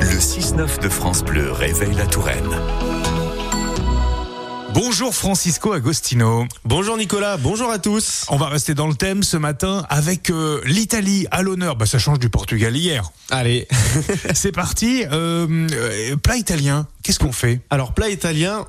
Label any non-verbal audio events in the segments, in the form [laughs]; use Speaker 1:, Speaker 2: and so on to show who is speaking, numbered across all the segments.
Speaker 1: 6-9 de France Bleu réveille la Touraine.
Speaker 2: Bonjour Francisco Agostino.
Speaker 3: Bonjour Nicolas, bonjour à tous.
Speaker 2: On va rester dans le thème ce matin avec euh, l'Italie à l'honneur. Bah, ça change du Portugal
Speaker 3: [laughs]
Speaker 2: hier.
Speaker 3: Allez.
Speaker 2: C'est parti. Euh, euh, plat italien, qu'est-ce qu'on fait
Speaker 3: Alors plat italien,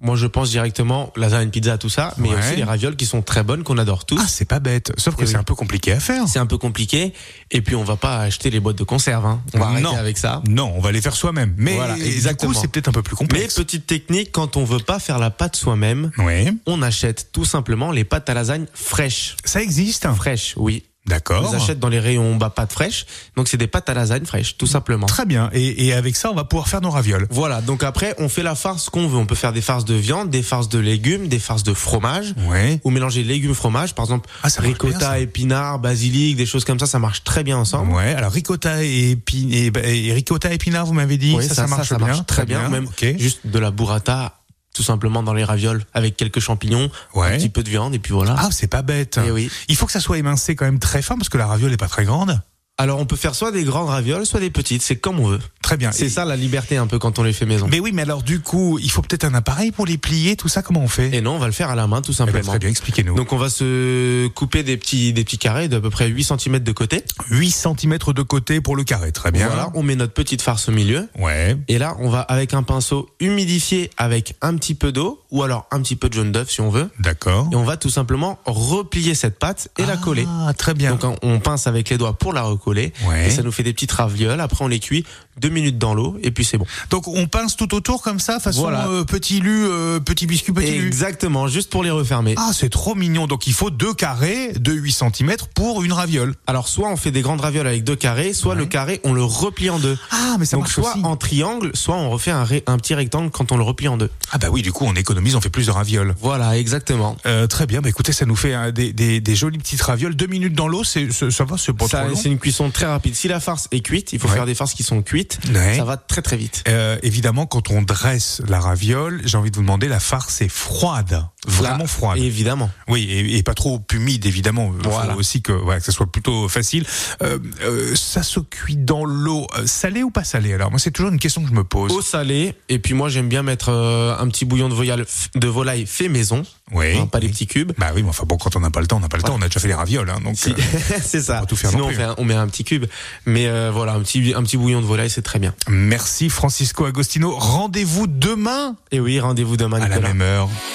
Speaker 3: moi je pense directement lasagne, pizza, tout ça, mais
Speaker 2: Ouais.
Speaker 3: aussi les ravioles qui sont très bonnes, qu'on adore tous.
Speaker 2: Ah, c'est pas bête. Sauf que
Speaker 3: Eh
Speaker 2: c'est
Speaker 3: oui.
Speaker 2: un peu compliqué à faire.
Speaker 3: C'est un peu compliqué. Et puis on va pas acheter les boîtes de conserve. Hein. On va arrêter
Speaker 2: Non.
Speaker 3: avec ça.
Speaker 2: Non, on va les faire soi-même. Mais
Speaker 3: Voilà,
Speaker 2: du coup,
Speaker 3: exactement.
Speaker 2: c'est peut-être un peu plus
Speaker 3: Mais
Speaker 2: complexe.
Speaker 3: petite technique, quand on veut pas faire la pâte soi-même,
Speaker 2: Oui,
Speaker 3: on achète tout simplement les pâtes à lasagne fraîches.
Speaker 2: ça existe.
Speaker 3: Fraîches, oui. On
Speaker 2: D'accord.
Speaker 3: les achète dans les rayons bas pâtes fraîches. Donc c'est des pâtes à lasagne fraîches, tout simplement.
Speaker 2: Très bien. Et, et avec ça, on va pouvoir faire nos ravioles.
Speaker 3: Voilà, donc après, on fait la farce qu'on veut. On peut faire des farces de viande, des farces de légumes, des farces de fromage,
Speaker 2: Oui.
Speaker 3: ou mélanger légumes-fromage, par exemple
Speaker 2: Ah, ça marche
Speaker 3: ricotta,
Speaker 2: bien, ça.
Speaker 3: épinards, basilic, des choses comme ça, ça marche très bien ensemble.
Speaker 2: Ouais, alors ricotta et, épi- et, bah, et ricotta épinard, vous m'avez dit,
Speaker 3: Ouais,
Speaker 2: ça, ça, marche bien.
Speaker 3: très bien, même
Speaker 2: ok.
Speaker 3: juste de la burrata, tout simplement dans les ravioles, avec quelques champignons,
Speaker 2: Ouais.
Speaker 3: un petit peu de viande, et puis voilà.
Speaker 2: Ah, c'est pas bête.
Speaker 3: Eh oui.
Speaker 2: Il faut que ça soit émincé quand même très fin parce que la raviole est pas très grande.
Speaker 3: Alors on peut faire soit des grandes ravioles, soit des petites, c'est comme on veut.
Speaker 2: Très bien.
Speaker 3: C'est
Speaker 2: Ah, Et-
Speaker 3: ça la liberté un peu quand on les fait maison.
Speaker 2: Mais oui, mais alors du coup, il faut peut-être un appareil pour les plier, tout ça, comment on fait
Speaker 3: Et non, on va le faire à la main tout
Speaker 2: Eh ben,
Speaker 3: simplement.
Speaker 2: Très bien, expliquez-nous.
Speaker 3: Donc on va se couper des petits des petits carrés d'à peu près 8 cm de côté.
Speaker 2: 8 cm de côté pour le carré, très bien.
Speaker 3: Voilà, on met notre petite farce au milieu.
Speaker 2: Ouais.
Speaker 3: Et là, on va avec un pinceau humidifier avec un petit peu d'eau ou alors un petit peu de jaune d'œuf si on veut.
Speaker 2: D'accord.
Speaker 3: Et on va tout simplement replier cette pâte et la coller.
Speaker 2: Ah, très bien.
Speaker 3: Donc on- on pince avec les doigts pour la recoller.
Speaker 2: Ouais.
Speaker 3: Et ça nous fait des petites ravioles. Après, on les cuit deux minutes dans l'eau et puis c'est bon.
Speaker 2: Donc on pince tout autour comme ça, façon
Speaker 3: Voilà.
Speaker 2: euh, petit lu, euh, petit biscuit, petit lu.
Speaker 3: Exactement, juste pour les refermer.
Speaker 2: Ah, c'est trop mignon. Donc il faut deux carrés de 8 cm pour une raviole.
Speaker 3: Alors soit on fait des grandes ravioles avec deux carrés, soit le carré on le replie en deux.
Speaker 2: Ah, mais ça
Speaker 3: Donc
Speaker 2: marche
Speaker 3: soit
Speaker 2: aussi.
Speaker 3: en triangle, soit on refait un, ré- un petit rectangle quand on le replie en deux.
Speaker 2: Ah bah oui, du coup on économise, on fait plus de ravioles.
Speaker 3: Voilà, exactement.
Speaker 2: Euh, très bien, bah écoutez, ça nous fait hein, des, des, des jolies petites ravioles. Deux minutes dans l'eau, c'est, c'est- ça va, c'est pas
Speaker 3: Ça,
Speaker 2: trop long.
Speaker 3: C'est une cuisson très rapide. Si la farce est cuite, il faut
Speaker 2: Ouais.
Speaker 3: faire des farces qui sont cuites.
Speaker 2: Ouais.
Speaker 3: Ça va très très vite.
Speaker 2: Euh, évidemment, quand on dresse la raviole, j'ai envie de vous demander, la farce est froide, vraiment
Speaker 3: Là,
Speaker 2: froide.
Speaker 3: Évidemment.
Speaker 2: Oui, et, et pas trop humide, évidemment. Il
Speaker 3: Voilà.
Speaker 2: faut aussi que, voilà, que ça soit plutôt facile. Euh, euh, ça se cuit dans l'eau euh, salée ou pas salée Alors, moi, c'est toujours une question que je me pose.
Speaker 3: Au salé. Et puis moi j'aime bien mettre euh, un petit bouillon de volaille, de volaille fait maison,
Speaker 2: Oui.
Speaker 3: hein, pas les petits cubes.
Speaker 2: Bah oui, mais enfin bon, quand on n'a pas le temps, on n'a pas le temps. On a déjà fait les ravioles, hein, donc.
Speaker 3: Si-
Speaker 2: euh,
Speaker 3: [laughs] c'est ça.
Speaker 2: on va tout faire
Speaker 3: Sinon,
Speaker 2: non
Speaker 3: on,
Speaker 2: plus.
Speaker 3: fait un- on met un petit cube. Mais euh, voilà, un petit, un petit bouillon de volaille, c'est très bien.
Speaker 2: merci Francisco Agostino. Rendez-vous demain
Speaker 3: Et oui, rendez-vous demain,
Speaker 2: à la
Speaker 3: Nicolas.
Speaker 2: même heure.